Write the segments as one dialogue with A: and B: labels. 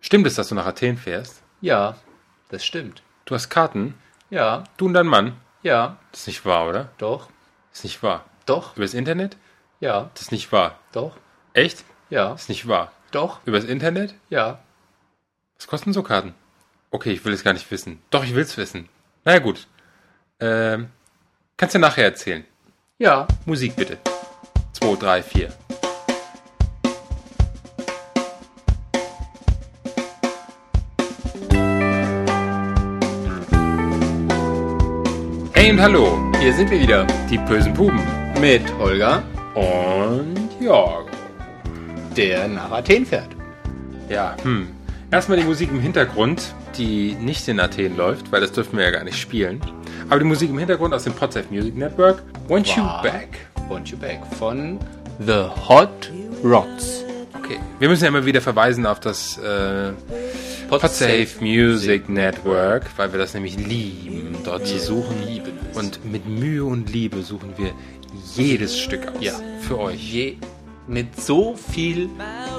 A: Stimmt es, dass du nach Athen fährst?
B: Ja, das stimmt.
A: Du hast Karten?
B: Ja,
A: Du und dein Mann?
B: ja,
A: Das ist nicht wahr, oder?
B: doch,
A: Das ist nicht wahr.
B: doch,
A: Übers Internet?
B: ja,
A: Das ist nicht wahr.
B: doch,
A: Echt?
B: ja,
A: Das ist nicht wahr.
B: doch,
A: Übers Internet?
B: ja.
A: Was kosten so Karten? Okay, ich will es gar nicht wissen. Doch, ich will es wissen. Na ja, gut. Ähm, kannst du nachher erzählen.
B: Ja,
A: Musik bitte. 2, 3, 4. Hey und hallo,
B: hier sind wir wieder
A: die bösen Buben.
B: mit Holger,
A: Und ja.
B: der nach Athen fährt.
A: Ja, hm. Erstmal die Musik im Hintergrund, die nicht in Athen läuft, weil das dürfen wir ja gar nicht spielen. Aber die Musik im Hintergrund aus dem Podsafe Music Network. Want You
B: Wow.
A: Back?
B: Want You Back von The Hot Rods.
A: Okay. Wir müssen ja immer wieder verweisen auf das äh, Podsafe Music Network, weil wir das nämlich lieben, dort zu suchen.
B: lieben es.
A: Und mit Mühe und Liebe suchen wir jedes Stück aus.
B: Ja.
A: Für euch.
B: Je, mit so viel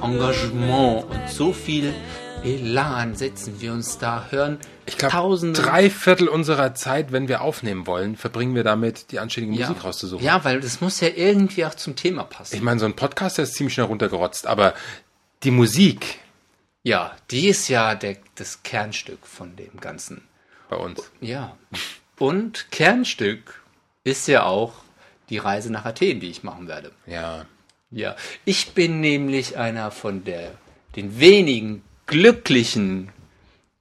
B: Engagement und so viel Elan setzen wir uns da, hören
A: Ich glaube,
B: tausende...
A: drei Viertel unserer Zeit, wenn wir aufnehmen wollen, verbringen wir damit, die anständige
B: ja.
A: Musik rauszusuchen.
B: Ja, weil das muss ja irgendwie auch zum Thema passen.
A: Ich meine, so ein Podcast, der ist ziemlich schnell runtergerotzt, aber die Musik
B: Ja, die ist ja der, das Kernstück von dem Ganzen.
A: bei uns.
B: Ja. Und Kernstück ist ja auch die Reise nach Athen, die ich machen werde.
A: Ja.
B: Ja. Ich bin nämlich einer von der, den wenigen glücklichen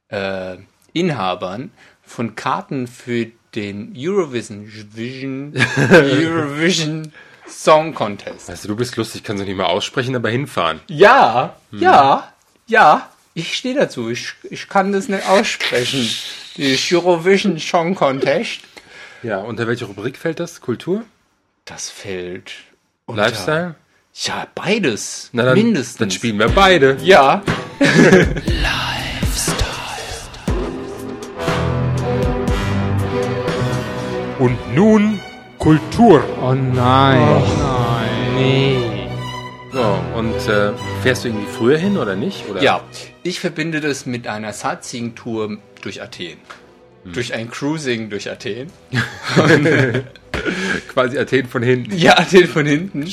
B: äh, Inhabern von Karten für den Eurovision, Vision, Eurovision Song Contest.
A: Weißt Also du, du bist lustig, kannst du nicht mal aussprechen, aber hinfahren.
B: Ja, ja, ja. Ich stehe dazu. Ich, ich kann das nicht aussprechen. Die Eurovision Song Contest.
A: Ja, unter welche Rubrik fällt das? Kultur?
B: Das fällt. unter-
A: Lifestyle?
B: Ja, beides.
A: Na, dann,
B: Mindestens.
A: Dann spielen wir beide.
B: Ja.
A: Und nun Kultur.
B: Oh nein. Oh nein. Nee.
A: So, und äh, fährst du irgendwie früher hin oder nicht? Oder?
B: Ja, ich verbinde das mit einer Sightseeing-Tour durch Athen. Durch ein Cruising durch Athen.
A: Quasi Athen von hinten.
B: Ja, Athen von hinten.